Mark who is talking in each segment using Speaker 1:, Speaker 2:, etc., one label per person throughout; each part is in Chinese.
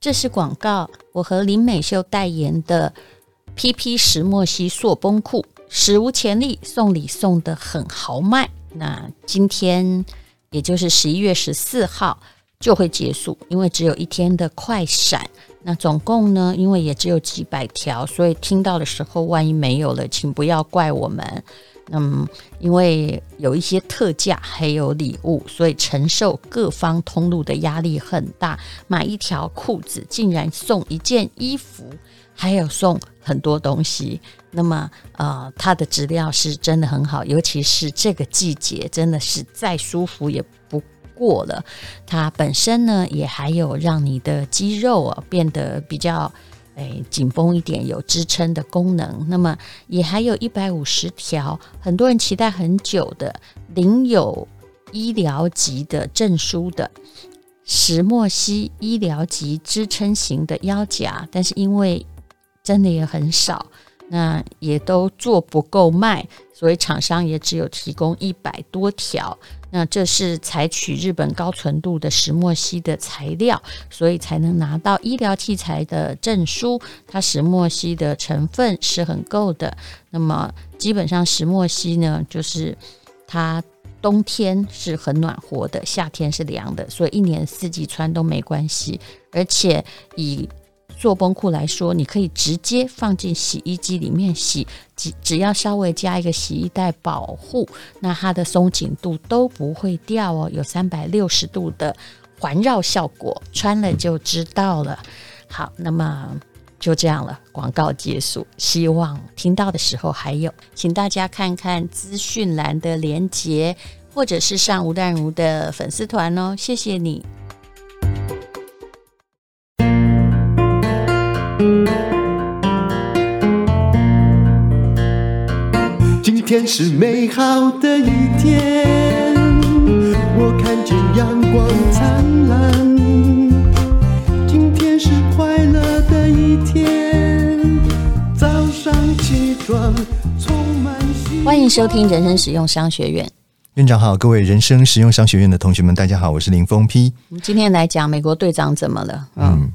Speaker 1: 这是广告，我和林美秀代言的 PP 石墨烯塑崩裤，史无前例，送礼送的很豪迈。那今天也就是十一月十四号就会结束，因为只有一天的快闪。那总共呢，因为也只有几百条，所以听到的时候万一没有了，请不要怪我们。嗯，因为有一些特价还有礼物，所以承受各方通路的压力很大。买一条裤子竟然送一件衣服，还有送很多东西。那么，呃，它的质量是真的很好，尤其是这个季节，真的是再舒服也不过了。它本身呢，也还有让你的肌肉啊变得比较。诶哎紧绷一点，有支撑的功能。那么也还有一百五十条，很多人期待很久的，领有医疗级的证书的石墨烯医疗级支撑型的腰夹，但是因为真的也很少，那也都做不够卖，所以厂商也只有提供一百多条。那这是采取日本高纯度的石墨烯的材料，所以才能拿到医疗器材的证书。它石墨烯的成分是很够的。那么基本上石墨烯呢，就是它冬天是很暖和的，夏天是凉的，所以一年四季穿都没关系。而且以做崩裤来说，你可以直接放进洗衣机里面洗，只只要稍微加一个洗衣袋保护，那它的松紧度都不会掉哦，有三百六十度的环绕效果，穿了就知道了。好，那么就这样了，广告结束。希望听到的时候还有，请大家看看资讯栏的连结，或者是上吴淡如的粉丝团哦。谢谢你。
Speaker 2: 今天是美好的一天，我看见阳光灿烂。今天是快乐的一天，早上起床充满希望。
Speaker 1: 欢迎收听人生使用商学院。
Speaker 3: 院长好，各位人生实用商学院的同学们，大家好，我是林峰 P。
Speaker 1: 我们今天来讲美国队长怎么了？嗯，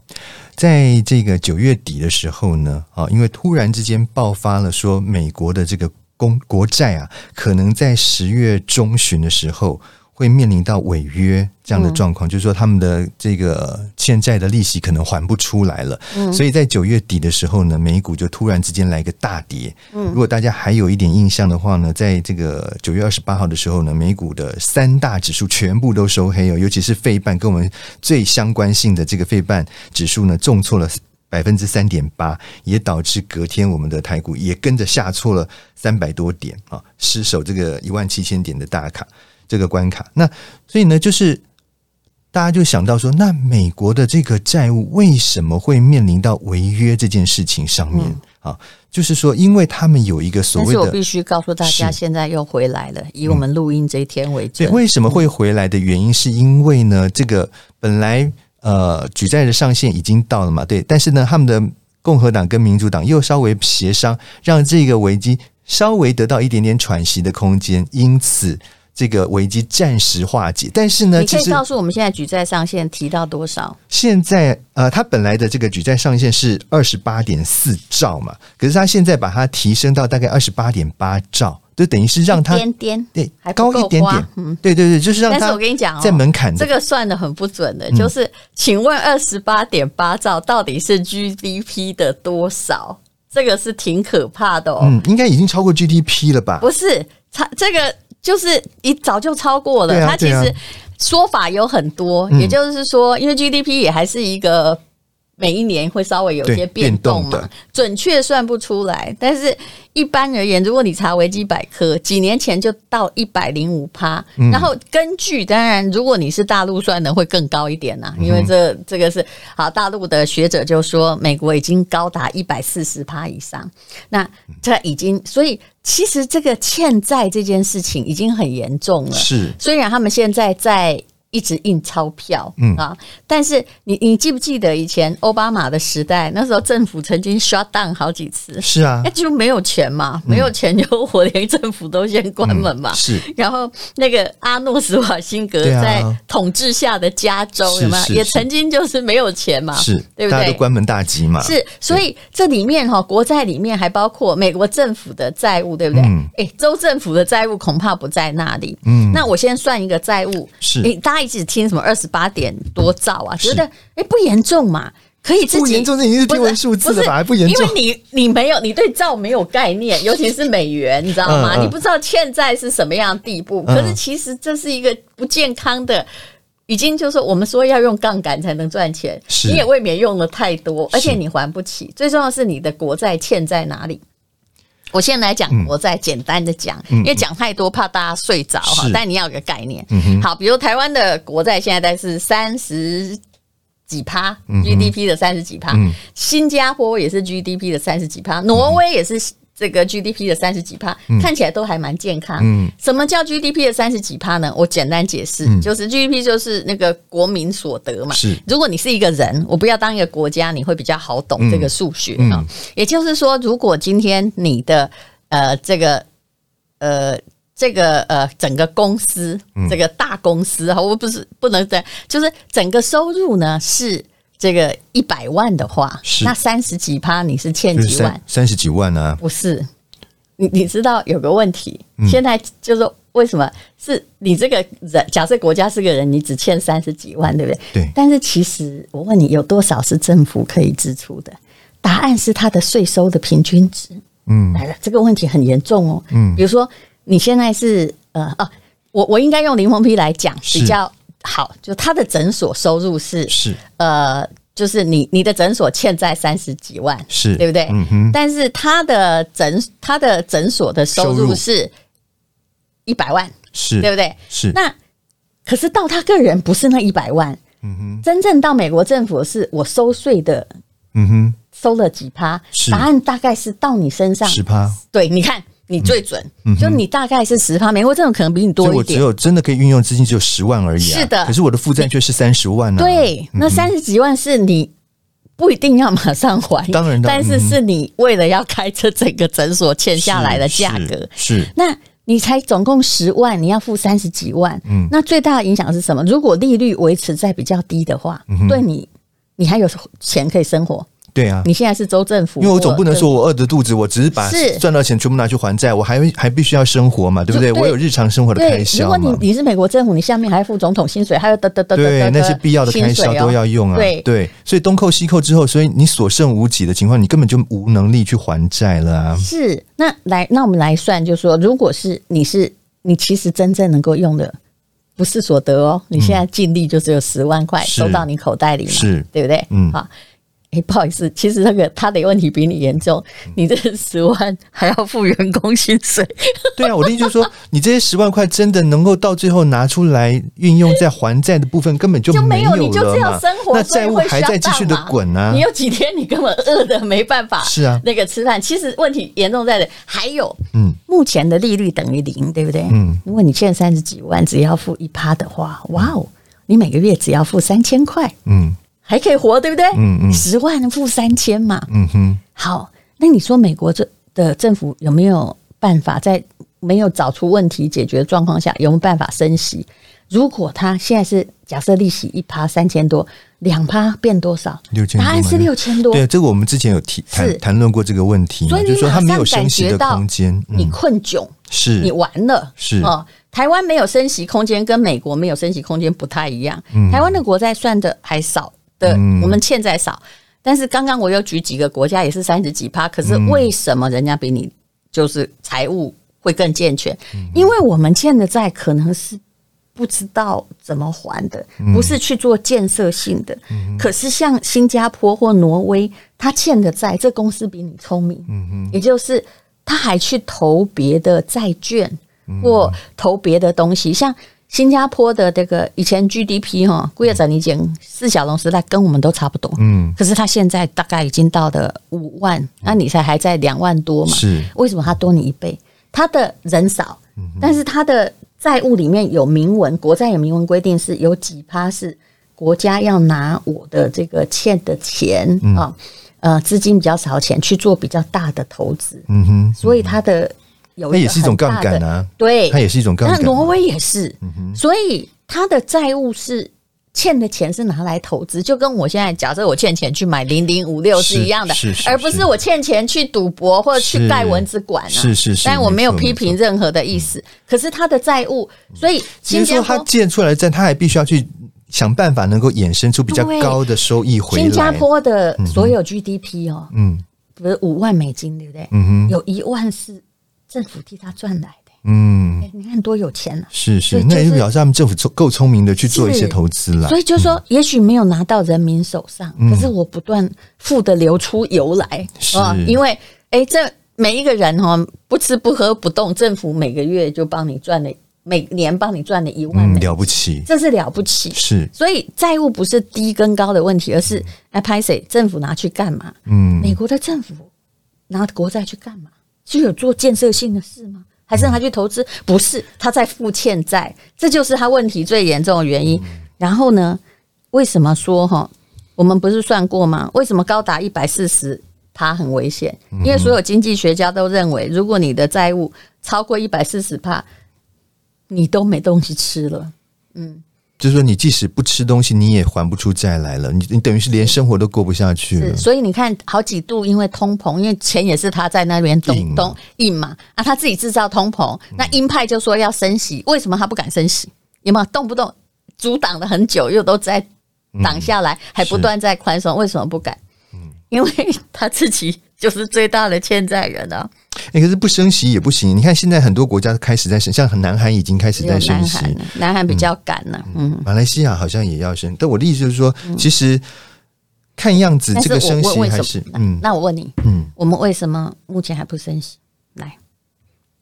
Speaker 3: 在这个九月底的时候呢，啊，因为突然之间爆发了说美国的这个公国债啊，可能在十月中旬的时候会面临到违约这样的状况，就是说他们的这个欠债的利息可能还不出来了，所以在九月底的时候呢，美股就突然之间来一个大跌。如果大家还有一点印象的话呢，在这个九月二十八号的时候呢，美股的三大指数全部都收黑哦，尤其是费半跟我们最相关性的这个费半指数呢，重挫了。百分之三点八，也导致隔天我们的台股也跟着下挫了三百多点啊，失守这个一万七千点的大卡这个关卡。那所以呢，就是大家就想到说，那美国的这个债务为什么会面临到违约这件事情上面、啊？就是说，因为他们有一个所
Speaker 1: 嗯但
Speaker 3: 谓
Speaker 1: 是我
Speaker 3: 的
Speaker 1: 必须告诉大家，
Speaker 3: 是
Speaker 1: 现在又回来了。以我们录音这一天为
Speaker 3: 对，
Speaker 1: 准，
Speaker 3: 为什么会回来的原因，是因为呢，这个本来呃举债的上限已经到了嘛，对，但是呢，他们的共和党跟民主党又稍微协商，让这个危机稍微得到一点点喘息的空间，因此这个危机暂时化解。但是呢，
Speaker 1: 你
Speaker 3: 其
Speaker 1: 可以
Speaker 3: 实
Speaker 1: 告诉我们现在举债上限提到多少？
Speaker 3: 现在呃，它本来的这个举债上限是二十八点四兆嘛，可是它现在把它提升到大概二十八点八兆，就等于是让它
Speaker 1: 颠颠
Speaker 3: 对
Speaker 1: 还不
Speaker 3: 高
Speaker 1: 够
Speaker 3: 一点点
Speaker 1: 花，嗯。
Speaker 3: 对对对，就是让
Speaker 1: 但是
Speaker 3: 它
Speaker 1: 我跟你讲、哦，
Speaker 3: 在门槛的
Speaker 1: 这个算的很不准
Speaker 3: 嗯
Speaker 1: 的，就是请问二十八点八兆到底是 GDP 的多少？这个是挺可怕的哦。
Speaker 3: 嗯，应该已经超过 GDP 了吧？
Speaker 1: 不是，它这个就是一早就超过了。
Speaker 3: 对啊
Speaker 1: 它其
Speaker 3: 对啊
Speaker 1: 实说法有很多，
Speaker 3: 嗯
Speaker 1: 也就是说，因为 GDP 也还是一个每一年会稍微有一些
Speaker 3: 对
Speaker 1: 变动嘛
Speaker 3: 变动的，
Speaker 1: 准确算不出来。但是一般而言，如果你查维基百科，几年前就到一百零五趴，然后根据当然，如果你是大陆算的，会更高一点呐、啊因为这这个是好大陆的学者就说，美国已经高达一百四十趴以上，那这已经所以。其实这个欠债这件事情已经很严重了，
Speaker 3: 是
Speaker 1: 虽然他们现在在一直印钞票，
Speaker 3: 嗯
Speaker 1: 啊，但是你你记不记得以前奥巴马的时代，那时候政府曾经 shut down 好几次，
Speaker 3: 是啊
Speaker 1: 那，就没有钱嘛，
Speaker 3: 嗯
Speaker 1: 没有钱就我连政府都先关门嘛。
Speaker 3: 是
Speaker 1: 然后那个阿诺斯瓦辛格
Speaker 3: 嗯对啊
Speaker 1: 在统治下的加州，
Speaker 3: 是
Speaker 1: 有没有
Speaker 3: 是
Speaker 1: 也
Speaker 3: 是
Speaker 1: 曾经就是没有钱嘛，
Speaker 3: 是，
Speaker 1: 对不
Speaker 3: 大家都
Speaker 1: 对？
Speaker 3: 关门大吉嘛，
Speaker 1: 是，所以这里面哈、国债里面还包括美国政府的债务，对不对？
Speaker 3: 嗯
Speaker 1: 诶，州政府的债务恐怕不在那里。
Speaker 3: 嗯
Speaker 1: 那我先算一个债务，
Speaker 3: 是
Speaker 1: 诶大家一直听什么二十八点多兆啊，
Speaker 3: 是
Speaker 1: 觉得诶不严重嘛，可以自己
Speaker 3: 不严重，这已经是天文数字了吧？还不严
Speaker 1: 因？
Speaker 3: 重
Speaker 1: 为你你没有你对照没有概念，尤其是美元，你知道吗？
Speaker 3: 嗯嗯
Speaker 1: 你不知道欠债是什么样的地步，
Speaker 3: 嗯
Speaker 1: 可是其实这是一个不健康的。已经就是我们说要用杠杆才能赚钱，
Speaker 3: 是
Speaker 1: 你也未免用了太多，而且
Speaker 3: 是
Speaker 1: 你还不起。最重要的是你的国债欠在哪里？我先来讲
Speaker 3: 嗯
Speaker 1: 国债，简单的讲，因为讲太多怕大家睡着哈
Speaker 3: 是，嗯
Speaker 1: 但你要有个概念。
Speaker 3: 哼
Speaker 1: 好，比如台湾的国债现在大概是三十几趴
Speaker 3: 嗯哼
Speaker 1: GDP 的三十几趴，
Speaker 3: 嗯
Speaker 1: 新加坡也是 GDP 的三十几趴，挪威也是这个 GDP 的三十几趴，看起来都还蛮健康。
Speaker 3: 嗯
Speaker 1: 什么叫 GDP 的三十几趴呢？我简单解释，就是 GDP 就是那个国民所得嘛。
Speaker 3: 是
Speaker 1: 如果你是一个人，我不要当一个国家，你会比较好懂这个数学
Speaker 3: 嗯
Speaker 1: 啊、也就是说，如果今天你的呃这个呃这个呃整个公司、这个大公司哈，我不是不能在，就是整个收入呢是。这个一百万的话，
Speaker 3: 是
Speaker 1: 那三十几趴你是欠
Speaker 3: 就是
Speaker 1: 几万
Speaker 3: 三？三十几万啊，
Speaker 1: 不是，你你知道有个问题，
Speaker 3: 嗯
Speaker 1: 现在就是为什么是你这个人？假设国家是个人，你只欠三十几万，对不对？
Speaker 3: 对
Speaker 1: 但是其实我问你，有多少是政府可以支出的？答案是它的税收的平均值。
Speaker 3: 嗯
Speaker 1: 来了，这个问题很严重哦。
Speaker 3: 嗯
Speaker 1: 比如说你现在是呃哦，我我应该用林鸿批来讲
Speaker 3: 是
Speaker 1: 比较好，就他的诊所收入是
Speaker 3: 是
Speaker 1: 呃，就是你你的诊所欠债三十几万，
Speaker 3: 是
Speaker 1: 对不对？
Speaker 3: 嗯哼
Speaker 1: 但是他的诊他的诊所的收
Speaker 3: 收入
Speaker 1: 入是一百万，
Speaker 3: 是，
Speaker 1: 对不对？
Speaker 3: 是
Speaker 1: 那可是到他个人不是那一百万，
Speaker 3: 嗯哼
Speaker 1: 真正到美国政府是我收税的
Speaker 3: 嗯哼
Speaker 1: 收了几趴，
Speaker 3: 是
Speaker 1: 答案大概是到你身上
Speaker 3: 十趴，
Speaker 1: 对，你看你最准，
Speaker 3: 嗯
Speaker 1: 就你大概是十趴，美国政府可能比你
Speaker 3: 所
Speaker 1: 多
Speaker 3: 以
Speaker 1: 一
Speaker 3: 我只
Speaker 1: 点。
Speaker 3: 有真的可以运用资金只有十万而已啊。
Speaker 1: 是的
Speaker 3: 可是我的负债却是三十万啊呢。
Speaker 1: 对，那三十几万是你不一定要马上还，
Speaker 3: 当然当
Speaker 1: 但
Speaker 3: 然
Speaker 1: 是是你为了要开这整个诊所欠
Speaker 3: 是，
Speaker 1: 下来的价格，
Speaker 3: 是是
Speaker 1: 那。你才总共十万，你要付三十几万，
Speaker 3: 嗯
Speaker 1: 那最大的影响是什么？如果利率维持在比较低的话，
Speaker 3: 嗯
Speaker 1: 对你，你还有钱可以生活。
Speaker 3: 对啊。
Speaker 1: 你现在是州政府，
Speaker 3: 因为我总不能
Speaker 1: 或
Speaker 3: 说我饿着肚子，我只是把
Speaker 1: 是
Speaker 3: 赚到钱全部拿去还债，我还还必须要生活嘛，对不对？
Speaker 1: 对
Speaker 3: 我有日常生活的
Speaker 1: 对
Speaker 3: 开，
Speaker 1: 如
Speaker 3: 销
Speaker 1: 果
Speaker 3: 嘛。
Speaker 1: 你你是美国政府，你下面还要付总统薪水，还有得得得得
Speaker 3: 对，
Speaker 1: 得
Speaker 3: 那些必要的开销都要用啊。
Speaker 1: 薪水哦对
Speaker 3: 所以东扣西扣之后，所以你所剩无几的情况，你根本就无能力去还债 了啊。
Speaker 1: 是，那来，那我们来算，就说，如果是你是你，其实真正能够用的不是所得哦，你现在尽力就只有十万块
Speaker 3: 嗯是
Speaker 1: 收到你口袋里嘛，
Speaker 3: 是
Speaker 1: 对不对？
Speaker 3: 嗯
Speaker 1: 好。哎，不好意思，其实那个他的问题比你严重，
Speaker 3: 嗯
Speaker 1: 你这十万还要付员工薪水，
Speaker 3: 对啊，我的意思就是说，你这些十万块真的能够到最后拿出来运用在还债的部分，根本就
Speaker 1: 就
Speaker 3: 没
Speaker 1: 没有，
Speaker 3: 了
Speaker 1: 你就只有
Speaker 3: 嘛
Speaker 1: 生活，
Speaker 3: 那
Speaker 1: 所以
Speaker 3: 债务
Speaker 1: 会
Speaker 3: 还在继续的
Speaker 1: shutdown 嘛
Speaker 3: 滚啊
Speaker 1: 你。有几天你根本饿的没办法，
Speaker 3: 是啊
Speaker 1: 那个吃饭。其实问题严重在的，还有
Speaker 3: 嗯，
Speaker 1: 目前的利率等于零，对不对？
Speaker 3: 嗯，
Speaker 1: 如果你欠三十几万，只要付一趴的话，哇哦，你每个月只要付三千块，
Speaker 3: 嗯
Speaker 1: 还可以活，对不对？
Speaker 3: 嗯嗯
Speaker 1: 十万付三千嘛。
Speaker 3: 嗯哼，
Speaker 1: 好，那你说美国这的政府有没有办法在没有找出问题解决的状况下，有没有办法升息？如果他现在是假设利息一趴三千多，两趴变多少？
Speaker 3: 6000
Speaker 1: 答案是
Speaker 3: 多
Speaker 1: 六千多。
Speaker 3: 对，这个我们之前有提
Speaker 1: 是
Speaker 3: 谈谈论过这个问题嘛，
Speaker 1: 所以
Speaker 3: 就是
Speaker 1: 你
Speaker 3: 说
Speaker 1: 马
Speaker 3: 它没
Speaker 1: 上
Speaker 3: 有升
Speaker 1: 感
Speaker 3: 息
Speaker 1: 觉
Speaker 3: 的
Speaker 1: 到
Speaker 3: 空间，
Speaker 1: 你
Speaker 3: 嗯，
Speaker 1: 困窘，
Speaker 3: 是
Speaker 1: 你完了，
Speaker 3: 是
Speaker 1: 哦。台湾没有升息空间，跟美国没有升息空间不太一样。
Speaker 3: 嗯
Speaker 1: 台湾的国债算的还少的，我们欠债少。但是刚刚我有举几个国家也是三十几趴，可是为什么人家比你就是财务会更健全？
Speaker 3: 嗯
Speaker 1: 因为我们欠的债可能是不知道怎么还的，
Speaker 3: 嗯
Speaker 1: 不是去做建设性的。可是像新加坡或挪威，他欠的债，这公司比你聪明，也就是他还去投别的债券或投别的东西，像。新加坡的这个以前 GDP 哈，估业展你讲四小龙时代跟我们都差不多，
Speaker 3: 嗯，
Speaker 1: 可是他现在大概已经到了五万，那你才还在两万多嘛？
Speaker 3: 是嗯
Speaker 1: 为什么他多你一倍？他的人少，但是他的债务里面有明文，国债有明文规定是有几趴是国家要拿我的这个欠的钱
Speaker 3: 嗯
Speaker 1: 啊、呃，资金比较少的钱去做比较大的投资，
Speaker 3: 嗯哼，
Speaker 1: 所以它的有
Speaker 3: 那
Speaker 1: 一
Speaker 3: 也
Speaker 1: 个
Speaker 3: 是一种
Speaker 1: 很大
Speaker 3: 杠
Speaker 1: 的
Speaker 3: 杆啊，
Speaker 1: 对，
Speaker 3: 它也是一种杠杆嗯
Speaker 1: 那挪威也是，所以他的债务是欠的钱是拿来投资，就跟我现在假设我欠钱去买零零五六
Speaker 3: 是
Speaker 1: 是一样的
Speaker 3: 是，是
Speaker 1: 而不
Speaker 3: 是
Speaker 1: 是我欠钱去赌博或者
Speaker 3: 是
Speaker 1: 去盖蚊子馆啊。
Speaker 3: 是是是
Speaker 1: 但我没有
Speaker 3: 没错嗯
Speaker 1: 批评任何的意思。可是他的债务，所以
Speaker 3: 其
Speaker 1: 新
Speaker 3: 实
Speaker 1: 加
Speaker 3: 说他
Speaker 1: 坡。
Speaker 3: 建出来的站，他还必须要去想办法能够衍生出比较
Speaker 1: 对
Speaker 3: 高的收益回来。
Speaker 1: 新加坡的所有 GDP 哦，
Speaker 3: 嗯
Speaker 1: 不是五万美金，对不对？
Speaker 3: 嗯哼，
Speaker 1: 有一万是政府替他赚来的，
Speaker 3: 嗯，
Speaker 1: 哎你看多有钱啊！
Speaker 3: 是是，
Speaker 1: 对
Speaker 3: 那
Speaker 1: 就
Speaker 3: 也
Speaker 1: 是
Speaker 3: 表示他们政府聪够聪明的去做一些
Speaker 1: 是
Speaker 3: 投资了
Speaker 1: 所。以就
Speaker 3: 嗯
Speaker 1: 说，也许没有拿到人民手上，可是我不断富的流出油来
Speaker 3: 是
Speaker 1: 啊、因为哎、诶这每一个人哈、哦，不吃不喝不动，政府每个月就帮你赚了，每年帮你赚了一万
Speaker 3: 嗯，
Speaker 1: 美金，
Speaker 3: 了不起，
Speaker 1: 这是了不起。
Speaker 3: 是
Speaker 1: 所以债务不是低跟高的问题，而是哎拍谁政府拿去干嘛？
Speaker 3: 嗯
Speaker 1: 美国的政府拿国债去干嘛？是有做建设性的事吗？还是拿去投
Speaker 3: 嗯
Speaker 1: 资？不是，他在付欠债，这就是他问题最严重的原因。
Speaker 3: 嗯
Speaker 1: 然后呢，为什么说哈？我们不是算过吗？为什么高达一百四十趴很危险？
Speaker 3: 嗯
Speaker 1: 因为所有经济学家都认为，如果你的债务超过一百四十趴，你都没东西吃了。
Speaker 3: 就是说你即使不吃东西，你也还不出债来了，你你等于是连生活都过不下去了
Speaker 1: 是，。所以你看，好几度因为通膨，因为钱也是他在那边
Speaker 3: 印嘛
Speaker 1: 东
Speaker 3: 嗯
Speaker 1: 东印嘛，啊，他自己制造通膨。那鹰派就说要升息，为什么他不敢升息？有没有动不动阻挡了很久，又都在挡下
Speaker 3: 嗯
Speaker 1: 来，还不断在宽松，为什么不敢？因为他自己就是最大的欠债人啊。
Speaker 3: 哎、可是不升息也不行。你看现在很多国家开始在升，像南韩已经开始
Speaker 1: 只有
Speaker 3: 在升
Speaker 1: 南
Speaker 3: 息，
Speaker 1: 韩，啊南韩比较敢呢、嗯。
Speaker 3: 马来西亚好像也要升。但我的意思就是说，其实看样子
Speaker 1: 但
Speaker 3: 这
Speaker 1: 是
Speaker 3: 个升
Speaker 1: 我
Speaker 3: 息
Speaker 1: 问为
Speaker 3: 还
Speaker 1: 什
Speaker 3: 是
Speaker 1: 么？啊
Speaker 3: 嗯
Speaker 1: 那那我问你，
Speaker 3: 嗯
Speaker 1: 我们为什么目前还不升息？来，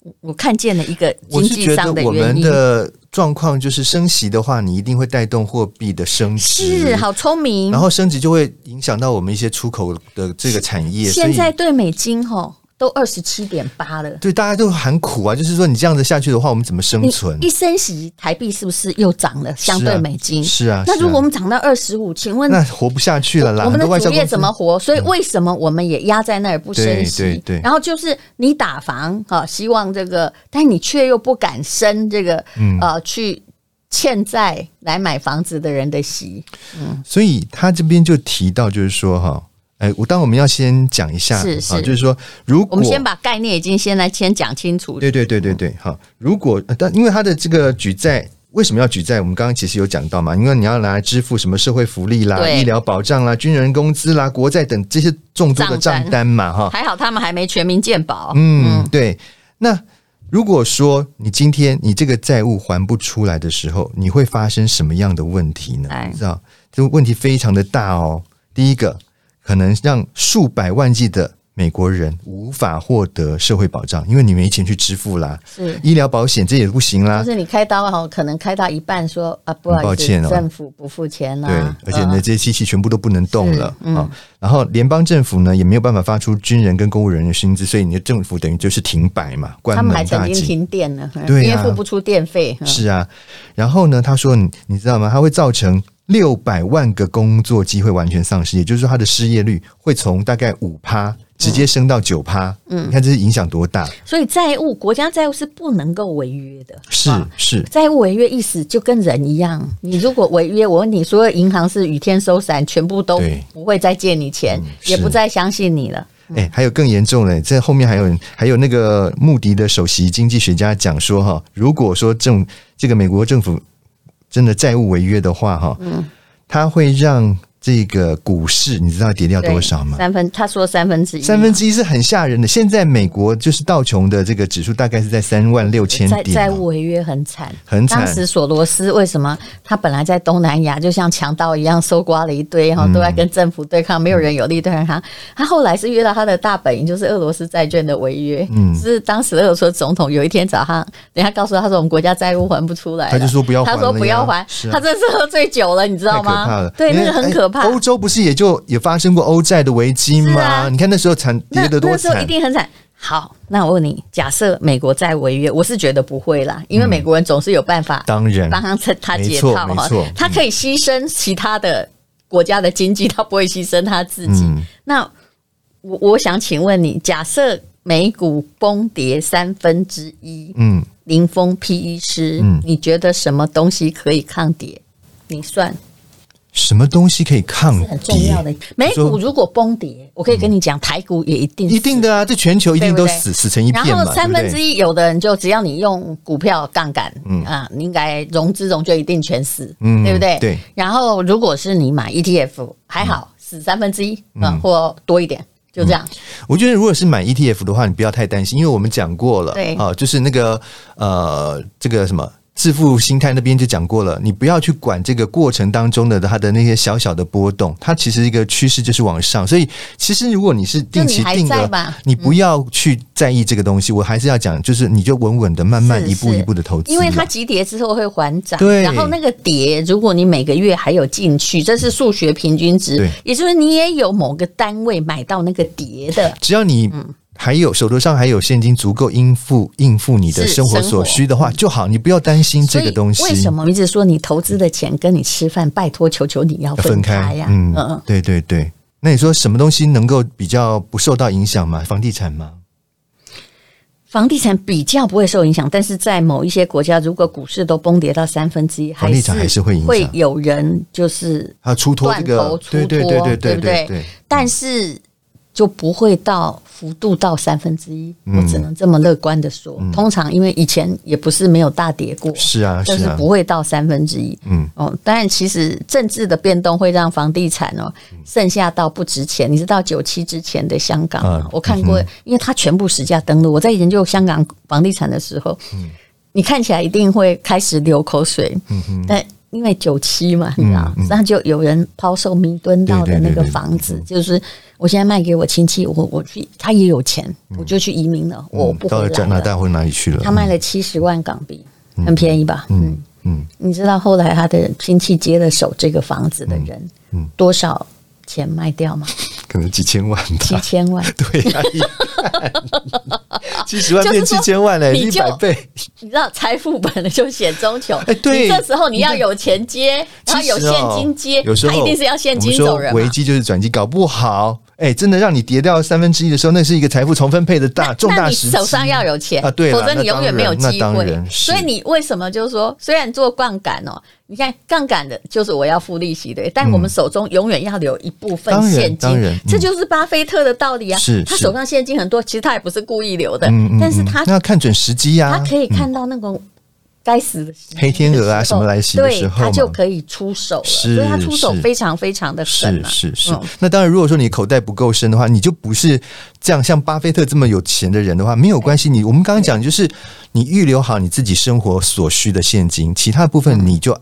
Speaker 1: 我我看见了一个
Speaker 3: 我
Speaker 1: 经
Speaker 3: 是
Speaker 1: 济
Speaker 3: 觉得
Speaker 1: 上
Speaker 3: 我
Speaker 1: 原
Speaker 3: 们
Speaker 1: 因。啊
Speaker 3: 的状况就是升息的话，你一定会带动货币的升值，
Speaker 1: 是好聪明
Speaker 3: 然。后升值就会影响到我们一些出口的这个产业。所
Speaker 1: 现
Speaker 3: 以
Speaker 1: 在对美金吼都二十七点八了，
Speaker 3: 对大家都很苦啊，就是说你这样子下去的话，我们怎么生
Speaker 1: 你
Speaker 3: 存？
Speaker 1: 一升息，台币是不是又涨了？相对美金
Speaker 3: 是啊，
Speaker 1: 那
Speaker 3: 是
Speaker 1: 如果
Speaker 3: 啊
Speaker 1: 我们涨到二十五，请问
Speaker 3: 那活不下去了啦，
Speaker 1: 我们
Speaker 3: 很
Speaker 1: 的
Speaker 3: 多外销
Speaker 1: 主业
Speaker 3: 公司嗯
Speaker 1: 怎么活？所以为什么我们也压在那儿不升息？
Speaker 3: 对对对
Speaker 1: 然后就是你打房哈、希望这个，但你却又不敢升这个，
Speaker 3: 嗯
Speaker 1: 呃，去欠债来买房子的人的息。
Speaker 3: 所以他这边就提到，就是说哈，哎，我当我们要先讲一下
Speaker 1: 是是
Speaker 3: 啊，就是说，如
Speaker 1: 我
Speaker 3: 果
Speaker 1: 们先把概念已经先来先讲清楚。
Speaker 3: 对对对对对，哈，如果呃但因为他的这个举债。为什么要举债？我们刚刚其实有讲到嘛，因为你要拿来支付什么社会福利啦、
Speaker 1: 对
Speaker 3: 医疗保障啦、军人工资啦、国债等这些众多的账
Speaker 1: 账
Speaker 3: 单嘛，哈。
Speaker 1: 还好他们还没全民健保。
Speaker 3: 嗯，对。那如果说你今天你这个债务还不出来的时候，你会发生什么样的问题呢？
Speaker 1: 哎
Speaker 3: 你知道，这个问题非常的大哦。第一个，可能让数百万计的美国人无法获得社会保障，因为你没钱去支付啦。
Speaker 1: 是。
Speaker 3: 医疗保险这也不行啦
Speaker 1: 就，是你开刀哦，可能开到一半说啊，不好意
Speaker 3: 啊
Speaker 1: 思，
Speaker 3: 很抱歉哦
Speaker 1: 政府不付钱啦、
Speaker 3: 对，而且呢，
Speaker 1: 呃
Speaker 3: 这些机器全部都不能动了啊、
Speaker 1: 嗯
Speaker 3: 然后联邦政府呢也没有办法发出军人跟公务人员的薪资，所以你的政府等于就是停摆嘛，关
Speaker 1: 他
Speaker 3: 门
Speaker 1: 们还
Speaker 3: 大
Speaker 1: 曾经
Speaker 3: 吉。
Speaker 1: 停电呢，
Speaker 3: 对
Speaker 1: 因为
Speaker 3: 啊
Speaker 1: 付不出电费。嗯
Speaker 3: 是啊，然后呢，他说你你知道吗？它会造成六百万个工作机会完全丧失，也就是说，他的失业率会从大概五趴直接升到九趴。嗯，你看这是影响多大？
Speaker 1: 所以债务，国家债务是不能够违约的。
Speaker 3: 是
Speaker 1: 啊
Speaker 3: 是，
Speaker 1: 债务违约意思就跟人一样，你如果违约，我问你，所有银行是雨天收伞，全部都
Speaker 3: 对嗯
Speaker 1: 不会再借你钱，
Speaker 3: 是
Speaker 1: 也不再相信你了。
Speaker 3: 哎、还有更严重的，这后面还有人，还有那个穆迪的首席经济学家讲说哈，如果说政这个美国政府真的债务违约的话哈，嗯，它会让这个股市你知道跌掉
Speaker 1: 对
Speaker 3: 多少吗？
Speaker 1: 三分，他说三分之一嘛，
Speaker 3: 三分之一是很吓人的。现在美国就是道琼的这个指数大概是在三万六千
Speaker 1: 债
Speaker 3: 点、啊
Speaker 1: 债务违约很惨，
Speaker 3: 很惨
Speaker 1: 当时索罗斯为什么他本来在东南亚就像强盗一样搜刮了一堆
Speaker 3: 嗯
Speaker 1: 哈，都在跟政府对抗，没有人有力对抗他。他后来是约到他的大本营，就是俄罗斯债券的违约。嗯，是当时俄罗斯总统有一天早上，人家告诉他说我们国家债务还不出来了，
Speaker 3: 他就说不要还
Speaker 1: 他说
Speaker 3: 了
Speaker 1: 不
Speaker 3: 呀
Speaker 1: 要还
Speaker 3: 是啊，
Speaker 1: 他真是喝醉酒了，你知
Speaker 3: 太
Speaker 1: 道
Speaker 3: 可怕了
Speaker 1: 吗，？对，
Speaker 3: 因
Speaker 1: 那
Speaker 3: 为
Speaker 1: 个很可怕
Speaker 3: 哎。欧洲不是也就也发生过欧债的危机吗？
Speaker 1: 是啊
Speaker 3: 你看那时候惨
Speaker 1: 那
Speaker 3: 跌得多
Speaker 1: 那时候
Speaker 3: 惨
Speaker 1: 一，定很惨。好，那我问你，假设美国在违约，我是觉得不会啦，因为
Speaker 3: 嗯
Speaker 1: 美国人总是有啊办法
Speaker 3: 当然，
Speaker 1: 帮他他
Speaker 3: 嗯没
Speaker 1: 解
Speaker 3: 错
Speaker 1: 套
Speaker 3: 没
Speaker 1: 哈
Speaker 3: 错，
Speaker 1: 他可以牺牲其他的国家的经济，他不会牺牲他自己。
Speaker 3: 嗯
Speaker 1: 那我我想请问你，假设美股崩跌三分之一，
Speaker 3: 嗯，
Speaker 1: 零封 P E 师，
Speaker 3: 嗯
Speaker 1: 你觉得什么东西可以抗跌？你算
Speaker 3: 什么东西可以抗
Speaker 1: 是很重要
Speaker 3: 跌？
Speaker 1: 的。美股如果崩跌，我可以跟你讲，台股也一定
Speaker 3: 嗯一定
Speaker 1: 死。
Speaker 3: 的啊，这全球一定
Speaker 1: 对不
Speaker 3: 都
Speaker 1: 对
Speaker 3: 死死成一
Speaker 1: 然
Speaker 3: 片
Speaker 1: 后
Speaker 3: 嘛，
Speaker 1: 三
Speaker 3: 对
Speaker 1: 分
Speaker 3: 不
Speaker 1: 之
Speaker 3: 对？
Speaker 1: 一，有的人就只要你用股票杠杆，啊，你应该融资融就一定全死，
Speaker 3: 嗯
Speaker 1: 对不对？
Speaker 3: 对。
Speaker 1: 然后如果是你买 ETF，还好死三分之一，嗯，或多一点，就这样。
Speaker 3: 我觉得如果是买 ETF 的话，你不要太担心，因为我们讲过了，
Speaker 1: 对
Speaker 3: 啊，就是那个呃，这个什么。致富心态那边就讲过了，你不要去管这个过程当中的它的那些小小的波动，它其实一个趋势就是往上，所以其实如果你是定期
Speaker 1: 就你还
Speaker 3: 定
Speaker 1: 在嗯
Speaker 3: 额
Speaker 1: 吧，
Speaker 3: 你不要去在意这个东西。我还是要讲，就是你就稳稳的、慢慢
Speaker 1: 是
Speaker 3: 一步
Speaker 1: 是
Speaker 3: 一步的投资啦，
Speaker 1: 因为它急跌之后会缓涨，
Speaker 3: 对
Speaker 1: 然后那个跌，如果你每个月还有进去，这是数学平均值
Speaker 3: 对，
Speaker 1: 也就是你也有某个单位买到那个跌的，
Speaker 3: 只要你
Speaker 1: 嗯
Speaker 3: 还有手头上还有现金足够应付应付你的
Speaker 1: 是
Speaker 3: 生活
Speaker 1: 生活
Speaker 3: 所需的话就好，你不要担心这个东西。
Speaker 1: 所以为什么一直说你投资的钱跟你吃饭，拜托求求你要
Speaker 3: 要
Speaker 1: 分开呀、
Speaker 3: 嗯
Speaker 1: 嗯嗯，
Speaker 3: 对对对。那你说什么东西能够比较不受到影响吗？房地产吗？
Speaker 1: 房地产比较不会受影响，但是在某一些国家，如果股市都崩跌到三分之一，
Speaker 3: 房地产还是会影响
Speaker 1: 会有人就是
Speaker 3: 还有出脱
Speaker 1: 断
Speaker 3: 这个
Speaker 1: 头，出
Speaker 3: 对
Speaker 1: 脱，啊
Speaker 3: 对对对
Speaker 1: 对
Speaker 3: 对
Speaker 1: 不但是就不会到幅度到三分之一，
Speaker 3: 嗯
Speaker 1: 我只能这么乐观的说。通常因为以前也不是没有大跌过，
Speaker 3: 是啊
Speaker 1: 就是是
Speaker 3: 啊
Speaker 1: 不，会到三分之一。
Speaker 3: 嗯，
Speaker 1: 哦，当然，其实政治的变动会让房地产哦
Speaker 3: 嗯
Speaker 1: 剩下到不值钱。你知道九七之前的香港啊
Speaker 3: 啊，
Speaker 1: 我看过，因为它全部实价登录。我在研究香港房地产的时候，
Speaker 3: 嗯
Speaker 1: 你看起来一定会开始流口水，但。因为九七嘛，你知道，那就有人抛售弥敦道的那
Speaker 3: 嗯对对对嗯
Speaker 1: 个
Speaker 3: 对
Speaker 1: 房子，就是我现在卖给我亲戚，我我去，他也有钱，我就去移民了，我不
Speaker 3: 嗯到
Speaker 1: 回
Speaker 3: 了加
Speaker 1: 来
Speaker 3: 拿
Speaker 1: 了。
Speaker 3: 大或哪里去了？
Speaker 1: 他卖了七十万港币，很便宜吧？嗯
Speaker 3: 嗯嗯，
Speaker 1: 你知道后来他的亲戚接了手这个房子的人，
Speaker 3: 嗯
Speaker 1: 多少钱卖掉 吗？
Speaker 3: 可能几千万
Speaker 1: 七
Speaker 3: 吧。。
Speaker 1: 千万
Speaker 3: 对啊，一 看七十万变
Speaker 1: 就是
Speaker 3: 七
Speaker 1: 说
Speaker 3: 千万嘞，一
Speaker 1: 你就
Speaker 3: 百倍。
Speaker 1: 你知道财富本来就险中求，
Speaker 3: 哎对
Speaker 1: 你这时候你要有钱接，然后有
Speaker 3: 其实
Speaker 1: 现
Speaker 3: 哦
Speaker 1: 金接，
Speaker 3: 有时候
Speaker 1: 他一定是要现金走人
Speaker 3: 我们说危
Speaker 1: 嘛。
Speaker 3: 机就是转机，搞不好，哎，真的让你跌掉三分之一的时候，那是一个财富重分配的大重
Speaker 1: 哎那
Speaker 3: 大
Speaker 1: 你
Speaker 3: 时
Speaker 1: 手上
Speaker 3: 机
Speaker 1: 要有钱
Speaker 3: 啊对啦
Speaker 1: 否则你永远没有
Speaker 3: 那
Speaker 1: 机
Speaker 3: 当然那当
Speaker 1: 会
Speaker 3: 然。是
Speaker 1: 所以你为什么就是说，虽然做杠杆哦，你看杠杆的就是我要付利息的，但我们手中永远要留一部分
Speaker 3: 嗯当然
Speaker 1: 现金
Speaker 3: 当然嗯，
Speaker 1: 这就是巴菲特的道理啊。
Speaker 3: 是
Speaker 1: 他
Speaker 3: 是
Speaker 1: 手上现金很多，其实他也不是故意留的
Speaker 3: 嗯，嗯
Speaker 1: 但是
Speaker 3: 嗯
Speaker 1: 他
Speaker 3: 那要看准时机呀、嗯
Speaker 1: 他可以看到那个该死的时候
Speaker 3: 黑天鹅啊什么来袭的时候
Speaker 1: 对
Speaker 3: 嘛
Speaker 1: 他就可以出手了，
Speaker 3: 是
Speaker 1: 所以他出手
Speaker 3: 是
Speaker 1: 非常非常的狠
Speaker 3: 是
Speaker 1: 嘛。
Speaker 3: 是是
Speaker 1: 嗯，
Speaker 3: 那当然，如果说你口袋不够深的话，你就不是这样像巴菲特这么有钱的人的话，没有关系。你我们刚刚讲就是，你预留好你自己生活所需的现金，其他部分你就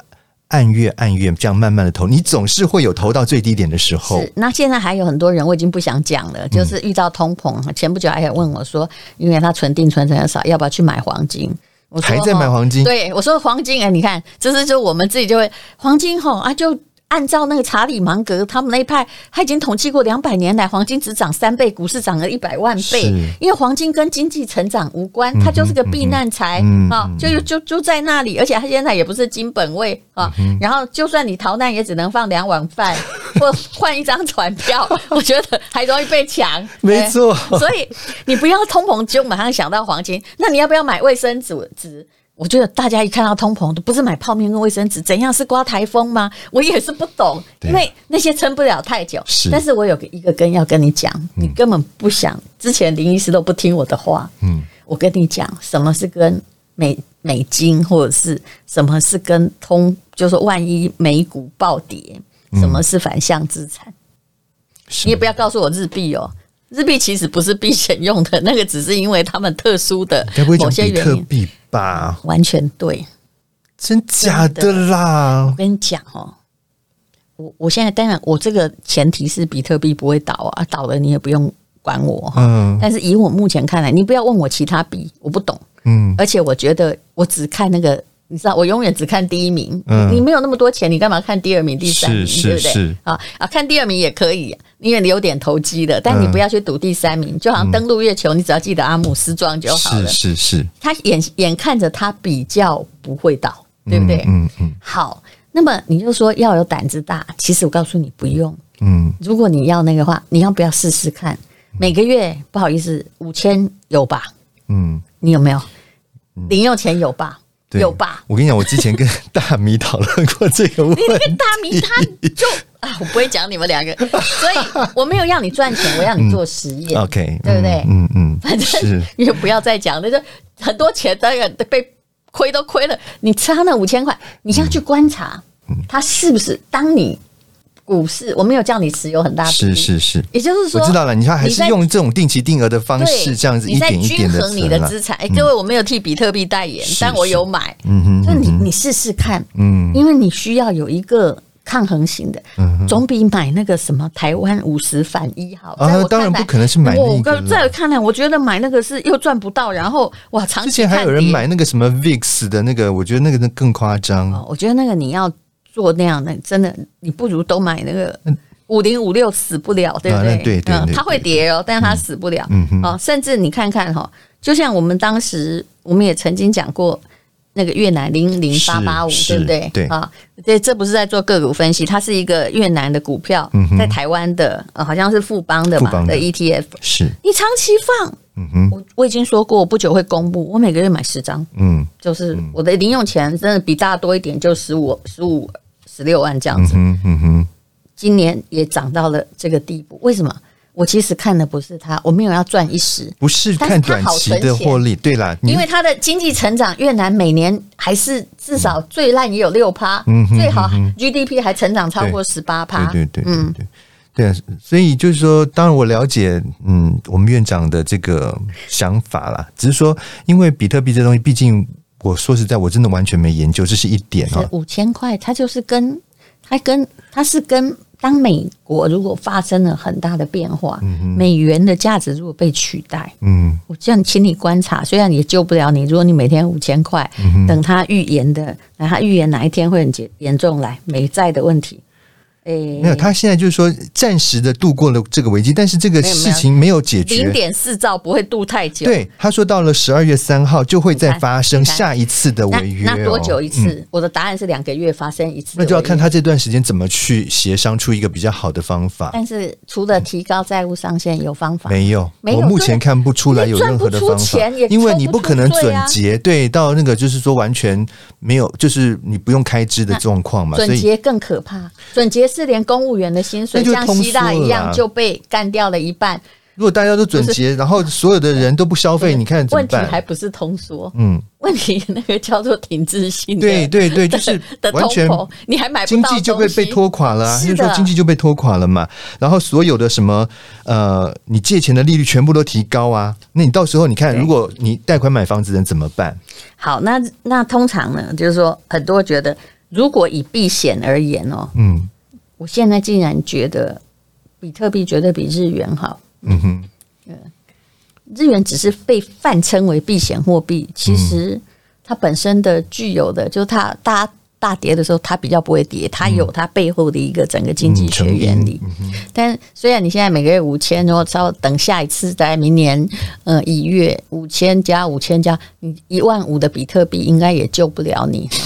Speaker 3: 按月按月这样慢慢的投，你总是会有投到最低点的时候嗯
Speaker 1: 是。，那现在还有很多人，我已经不想讲了。就是遇到通膨，前不久还有问我说，因为他存定存很少，要不要去买黄金？我说
Speaker 3: 还在买黄金
Speaker 1: 哦对，我说黄金哎，你看，这是就我们自己就会黄金吼啊，就按照那个查理芒格他们那一派，他已经统计过两百年来黄金只涨三倍，股市涨了一百万倍
Speaker 3: 是，
Speaker 1: 因为黄金跟经济成长无关，它就是个避难财
Speaker 3: 嗯
Speaker 1: 啊，就就就在那里，而且它现在也不是金本位啊，
Speaker 3: 嗯
Speaker 1: 然后就算你逃难，也只能放两碗饭或换一张船票， 我觉得还容易被抢，
Speaker 3: 没错
Speaker 1: 对。所以你不要通膨就马上想到黄金，那你要不要买卫生纸？纸我觉得大家一看到通膨，都不是买泡面跟卫生纸，怎样是刮台风吗？我也是不懂，
Speaker 3: 对
Speaker 1: 因为那些撑不了太久。
Speaker 3: 是
Speaker 1: 但是我有个一个根要跟你讲，你根本不想。之前林医师都不听我的话，
Speaker 3: 嗯，
Speaker 1: 我跟你讲，什么是跟美美金，或者是什么是跟通，就是万一美股暴跌，什么是反向资产？
Speaker 3: 嗯是
Speaker 1: 你也不要告诉我日币哦，日币其实不是避险用的，那个只是因为他们特殊的
Speaker 3: 该不会讲
Speaker 1: 某些
Speaker 3: 比
Speaker 1: 原
Speaker 3: 特
Speaker 1: 因。
Speaker 3: 币吧？
Speaker 1: 完全对，
Speaker 3: 真假的
Speaker 1: 真
Speaker 3: 啦
Speaker 1: 我？跟你讲哦，我我现在当然我这个前提是比特币不会倒啊，倒了你也不用管我哈。
Speaker 3: 嗯
Speaker 1: 但是以我目前看来，你不要问我其他币，我不懂。
Speaker 3: 嗯，
Speaker 1: 而且我觉得我只看那个，你知道，我永远只看第一名。
Speaker 3: 嗯
Speaker 1: 你没有那么多钱，你干嘛看第二名、第三名，
Speaker 3: 是是
Speaker 1: 对不对
Speaker 3: 是？
Speaker 1: 啊啊，看第二名也可以，因为你有点投机的，但你
Speaker 3: 嗯
Speaker 1: 不要去赌第三名，就好像登陆月球，你只要记得阿姆斯壮就好
Speaker 3: 是
Speaker 1: 了。
Speaker 3: 是是，
Speaker 1: 他眼眼看着他比较不会倒，对不对？
Speaker 3: 嗯嗯
Speaker 1: 好，那么你就说要有胆子大，其实我告诉你不用。
Speaker 3: 嗯
Speaker 1: 如果你要那个话，你要不要试试看？每个月不好意思，五千有吧？
Speaker 3: 嗯，
Speaker 1: 你有没有？零用钱有吧？
Speaker 3: 对，
Speaker 1: 有吧？？
Speaker 3: 我跟你讲，我之前跟大米讨论过这个问
Speaker 1: 你 那个
Speaker 3: 题。
Speaker 1: 大名他就 啊，我不会讲你们两个，所以我没有要你赚钱，我要你做实验。
Speaker 3: 嗯 OK，
Speaker 1: 对不对
Speaker 3: 嗯嗯，
Speaker 1: 反
Speaker 3: 嗯是
Speaker 1: 正，你就不要再讲了，就很多钱当然被亏都亏了，你差那五千块，你要去观察
Speaker 3: 嗯
Speaker 1: 它是不是当你股市，我没有叫你持有很大比
Speaker 3: 是
Speaker 1: 例，
Speaker 3: 是是，
Speaker 1: 也啊就是说，
Speaker 3: 我知道了。你看，还是
Speaker 1: 在
Speaker 3: 用这种定期定额的方
Speaker 1: 对，
Speaker 3: 式，这样子一
Speaker 1: 你在
Speaker 3: 点一点
Speaker 1: 均
Speaker 3: 的
Speaker 1: 衡你的资产。哎，各位，我没有替比特币代言，
Speaker 3: 嗯是
Speaker 1: 但我有买。
Speaker 3: 嗯哼，
Speaker 1: 就你
Speaker 3: 嗯哼
Speaker 1: 你试试看，
Speaker 3: 嗯
Speaker 1: 因为你需要有一个抗衡型的，总比买那个什么台湾五十反一好。在我
Speaker 3: 啊
Speaker 1: 看来
Speaker 3: 当然不可能是买那个
Speaker 1: 我
Speaker 3: 啦
Speaker 1: 刚在我看来，我觉得买那个是又赚不到，然后哇，长
Speaker 3: 之
Speaker 1: 期
Speaker 3: 前还
Speaker 1: 看
Speaker 3: 有人
Speaker 1: 跌
Speaker 3: 买那个什么 VIX 的那个，我觉得那个更夸张。
Speaker 1: 哦，我觉得那个你要做那样的，真的你不如都买那个五零五六死不了，对不对？
Speaker 3: 嗯啊那对对
Speaker 1: 嗯
Speaker 3: 对
Speaker 1: 它会跌哦，但是它死不了。
Speaker 3: 嗯哼
Speaker 1: 哦，甚至你看看哈、哦，就像我们当时我们也曾经讲过。那个越南零零八八五，
Speaker 3: 是
Speaker 1: 对不对？
Speaker 3: 对
Speaker 1: 啊，这这不是在做个股分析，它是一个越南的股票，在台湾的，呃，好像是富邦的
Speaker 3: 嗯富邦
Speaker 1: 嘛
Speaker 3: 的
Speaker 1: ETF，
Speaker 3: 是，
Speaker 1: 你长期放，
Speaker 3: 嗯哼，
Speaker 1: 我我已经说过，我不久会公布，我每个月买十张，
Speaker 3: 嗯
Speaker 1: 就是我的零用钱真的比大家多一点，就十五、十五、十六万这样
Speaker 3: 嗯
Speaker 1: 子。
Speaker 3: 哼嗯哼，
Speaker 1: 今年也涨到了这个地步，为什么？我其实看的不是它，我没有要赚一时，
Speaker 3: 不是
Speaker 1: 但是
Speaker 3: 看
Speaker 1: 它
Speaker 3: 短
Speaker 1: 好
Speaker 3: 期
Speaker 1: 存
Speaker 3: 的
Speaker 1: 钱
Speaker 3: 获利，对啦，你
Speaker 1: 因为它的经济成长，越南每年还是至少最烂也有六趴，
Speaker 3: 嗯
Speaker 1: 最好 GDP 还成长超过十八趴。
Speaker 3: 对对对
Speaker 1: 嗯
Speaker 3: 对对。对啊，所以就是说，当然我了解，嗯，我们院长的这个想法啦，只是说，因为比特币这东西，毕竟我说实在，我真的完全没研究，这是一点啊
Speaker 1: 是。五千块，它就是跟它跟它是跟当美国如果发生了很大的变化，美元的价值如果被取代，
Speaker 3: 嗯
Speaker 1: 我这样请你观察，虽然也救不了你，如果你每天五千块，
Speaker 3: 嗯
Speaker 1: 等他预言的，那他预言哪一天会很严严重来美债的问题？诶、
Speaker 3: 没有，他现在就是说暂时的度过了这个危机，但是这个
Speaker 1: 没有没有
Speaker 3: 事情没有解
Speaker 1: 零
Speaker 3: 决。
Speaker 1: 点四兆不会度太久，，
Speaker 3: 对，他说到了十二月三号就会再
Speaker 1: 看
Speaker 3: 发生
Speaker 1: 你看
Speaker 3: 下一次的
Speaker 1: 那
Speaker 3: 违约、哦
Speaker 1: 那多久一次？
Speaker 3: 嗯
Speaker 1: 我的答案是两个月发生一次，
Speaker 3: 那就要看。他这段时间怎么去协商出一个比较好的方法。
Speaker 1: 但是除了提高债务上限，有方法
Speaker 3: 没有，
Speaker 1: 没有
Speaker 3: 我目前看不出来有任何
Speaker 1: 你赚
Speaker 3: 的方
Speaker 1: 不出
Speaker 3: 法
Speaker 1: 钱也，
Speaker 3: 因为你
Speaker 1: 抽不
Speaker 3: 不
Speaker 1: 出
Speaker 3: 可能
Speaker 1: 税
Speaker 3: 准
Speaker 1: 啊
Speaker 3: 结，对，到那个就是说完全没有，就是你不用开支的状况嘛，所
Speaker 1: 准
Speaker 3: 以
Speaker 1: 结更可怕，准结是连公务员的薪水
Speaker 3: 那就
Speaker 1: 像
Speaker 3: 通
Speaker 1: 希腊
Speaker 3: 缩了啊
Speaker 1: 一样
Speaker 3: 啦
Speaker 1: 就被干掉了一半，
Speaker 3: 如果大家都准结，然后所有的人都不消费，你看怎么
Speaker 1: 问题还
Speaker 3: 办？
Speaker 1: 不是通缩，
Speaker 3: 嗯，
Speaker 1: 问题那个叫做停滞性的
Speaker 3: 对对对，就
Speaker 1: 的
Speaker 3: 是
Speaker 1: 的
Speaker 3: 完
Speaker 1: 通
Speaker 3: 全
Speaker 1: 膨，你还买不
Speaker 3: 经
Speaker 1: 到
Speaker 3: 济就被
Speaker 1: 东西
Speaker 3: 被拖垮了、啊，
Speaker 1: 是
Speaker 3: 就是
Speaker 1: 的
Speaker 3: 说经济就被拖垮了嘛。然后所有的什么呃，你借钱的利率全部都提高啊，那你到时候你看，
Speaker 1: 对
Speaker 3: 如果你贷款买房子的人怎么办？
Speaker 1: 好，那那通常呢，就是说很多觉得，如果以避险而言哦，
Speaker 3: 嗯
Speaker 1: 我现在竟然觉得比特币绝对比日元好。
Speaker 3: 嗯哼，
Speaker 1: 日元只是被泛称为避险货币，其实它本身的具有的，就是它大大跌的时候，它比较不会跌，它有它背后的一个整个经济学原理。但虽然你现在每个月五千，然后稍等下一次，在明年呃一月五千加五千加，你一万五的比特币应该也救不了你。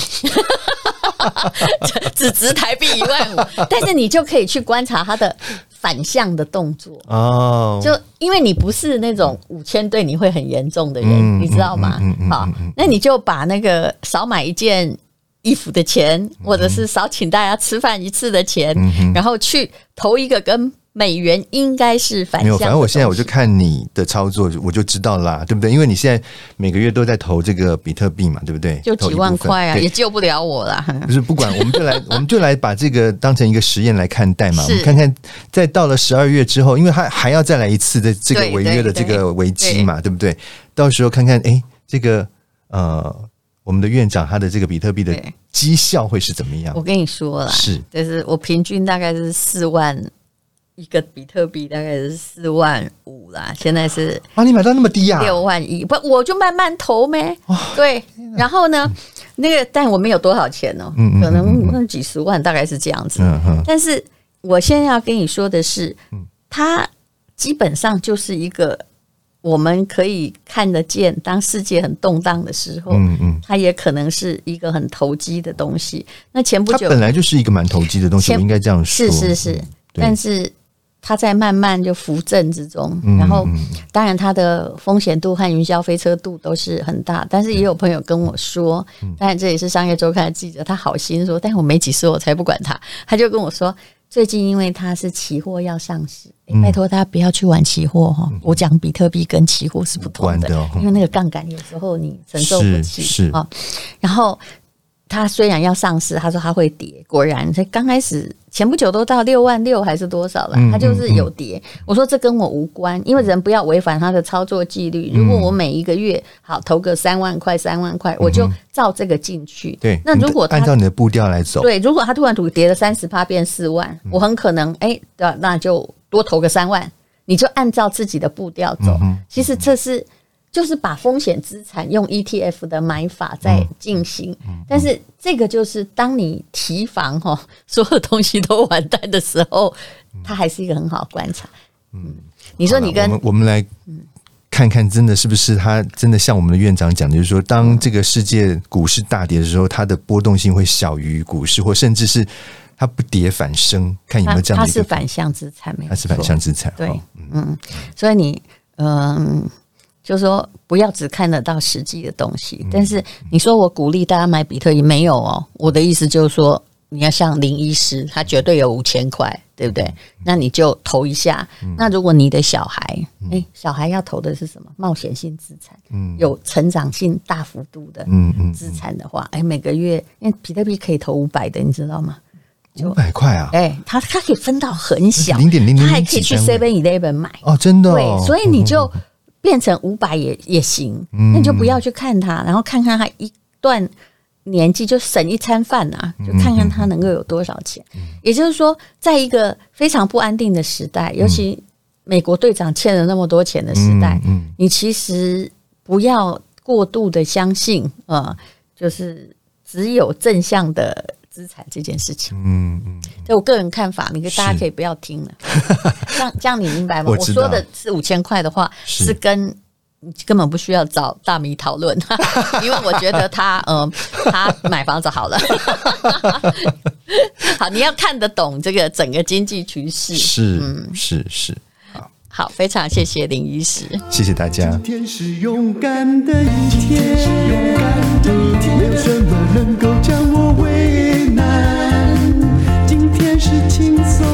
Speaker 1: 只只值台币一万五，但是你就可以去观察它的反向的动作。
Speaker 3: 哦，
Speaker 1: 就因为你不是那种五千对你会很严重的人，
Speaker 3: 嗯
Speaker 1: 你知道吗？
Speaker 3: 嗯嗯嗯嗯
Speaker 1: 好
Speaker 3: 嗯嗯，
Speaker 1: 那你就把那个少买一件衣服的钱，或者是少请大家吃饭一次的钱，
Speaker 3: 嗯
Speaker 1: 然后去投一个跟美元应该是反
Speaker 3: 没
Speaker 1: 向
Speaker 3: 有，
Speaker 1: 的东西。
Speaker 3: 反正我现在我就看你的操作，我就知道啦，对不对？因为你现在每个月都在投这个比特币嘛，对不对？
Speaker 1: 就
Speaker 3: 投
Speaker 1: 几
Speaker 3: 一
Speaker 1: 万
Speaker 3: 部分
Speaker 1: 块啊，
Speaker 3: 对
Speaker 1: 也救不了我啦。
Speaker 3: 不是不管，我们就来，我们就来把这个当成一个实验来看待嘛。
Speaker 1: 是
Speaker 3: 我们看看，在到了十二月之后，因为还还要再来一次的这个
Speaker 1: 对
Speaker 3: 违约的
Speaker 1: 对
Speaker 3: 这个危机嘛，对不对？到时候看看，哎，这个呃，我们的院长他的这个比特币的
Speaker 1: 对
Speaker 3: 绩效会是怎么样
Speaker 1: 我？跟你说啦，
Speaker 3: 是
Speaker 1: 就是我平均大概是四万一个比特币，大概是四万五啦，现在是
Speaker 3: 啊，你买到那么低呀、
Speaker 1: 六万一，不，我就慢慢投呗。对，然后呢，那个但我没有多少钱哦，
Speaker 3: 嗯嗯嗯
Speaker 1: 可能那几十万大概是这样子
Speaker 3: 嗯嗯。嗯
Speaker 1: 但是我现在要跟你说的是，它基本上就是一个我们可以看得见，当世界很动荡的时候，
Speaker 3: 嗯嗯，
Speaker 1: 它也可能是一个很投机的东西。那前不
Speaker 3: 它
Speaker 1: 久
Speaker 3: 本来就是一个蛮投机的东西，
Speaker 1: 先
Speaker 3: 我应该这样说。
Speaker 1: 是是是
Speaker 3: 嗯，对
Speaker 1: 但是它在慢慢就扶正之中，
Speaker 3: 嗯
Speaker 1: 然后当然它的风险度和云霄飞车度都是很大，但是也有朋友跟我说，
Speaker 3: 嗯
Speaker 1: 当然这也是商业周刊的记者，他好心说，但我没几次我才不管他，他就跟我说。最近因为它是期货要上市，诶
Speaker 3: 嗯
Speaker 1: 拜托大家不要去玩期货哈、哦。我讲比特币跟期货是不同的，
Speaker 3: 无关的哦
Speaker 1: 因为那个杠杆有时候你承受不起
Speaker 3: 是是
Speaker 1: 啊、哦然后它虽然要上市，他说它会跌，果然它刚开始前不久都到六万六还是多少了，
Speaker 3: 嗯
Speaker 1: 它就是有跌。我说这跟我无关，因为人不要违反他的操作纪律。如果我每一个月好投个三万块、三万块，我就照这个进去。
Speaker 3: 嗯对，
Speaker 1: 那
Speaker 3: 你
Speaker 1: 如果
Speaker 3: 按
Speaker 1: 它
Speaker 3: 照你的步调来走，
Speaker 1: 对，如果它突然跌了三十趴变四万，
Speaker 3: 嗯
Speaker 1: 我很可能哎，那那就多投个三万，你就按照自己的步调
Speaker 3: 嗯
Speaker 1: 走。其实这是就是把风险资产用 ETF 的买法在进行，
Speaker 3: 嗯
Speaker 1: 但是这个就是当你提防哈、哦，所有东西都完蛋的时候，它还是一个很好的观察。嗯，你说你
Speaker 3: 嗯好
Speaker 1: 跟
Speaker 3: 了我们我们来看看，真的是不是他真的像我们的院长讲的，就是说，当这个世界股市大跌的时候，它的波动性会小于股市，或甚至是它不跌反升，看有没
Speaker 1: 它
Speaker 3: 有这样
Speaker 1: 它
Speaker 3: 的一
Speaker 1: 是
Speaker 3: 个，
Speaker 1: 反向资产，没有
Speaker 3: 它是反
Speaker 1: 错
Speaker 3: 向资产，
Speaker 1: 对
Speaker 3: 哦，
Speaker 1: 嗯，所以你嗯，就说不要只看得到实际的东西。但是你说我鼓励大家买比特币没有哦？我的意思就是说，你要像林医师，他绝对有五千块，对不对？那你就投一下。那如果你的小孩，哎，小孩要投的是什么？冒险性资产，有成长性大幅度的
Speaker 3: 嗯嗯，
Speaker 1: 资产的话，哎，每个月，因为比特币可以投五百的，你知道吗？
Speaker 3: 五百块啊，
Speaker 1: 哎，它它可以分到很小，
Speaker 3: 0.000
Speaker 1: 它还可以去
Speaker 3: 几单
Speaker 1: Seven
Speaker 3: 位
Speaker 1: Eleven 买。
Speaker 3: 哦，真的、哦
Speaker 1: 对，，所以你就变成五百也也行，那你就不要去看
Speaker 3: 嗯
Speaker 1: 他，然后看看他一段年纪就省一餐饭啊，
Speaker 3: 嗯
Speaker 1: 就看看他能够有多少钱。也就是说，在一个非常不安定的时代，尤其美国队长欠了那么多钱的时代，
Speaker 3: 嗯嗯
Speaker 1: 你其实不要过度的相信，呃，就是只有正向的资产这件事情。
Speaker 3: 嗯嗯，
Speaker 1: 这我个人看法，你跟大家
Speaker 3: 是
Speaker 1: 可以不要听了。这样这样你明白吗？
Speaker 3: 我
Speaker 1: 我
Speaker 3: 知道
Speaker 1: 说的是五千块的话，
Speaker 3: 是
Speaker 1: 是跟你根本不需要找大米讨论， 因为我觉得他嗯、他买房子好了。 好，你要看得懂这个整个经济局势。
Speaker 3: 是是是，
Speaker 1: 好，非常谢谢林医师。
Speaker 3: 谢谢大家。
Speaker 2: 今天是勇敢的一天，没有什么能够将我为难。今天是轻松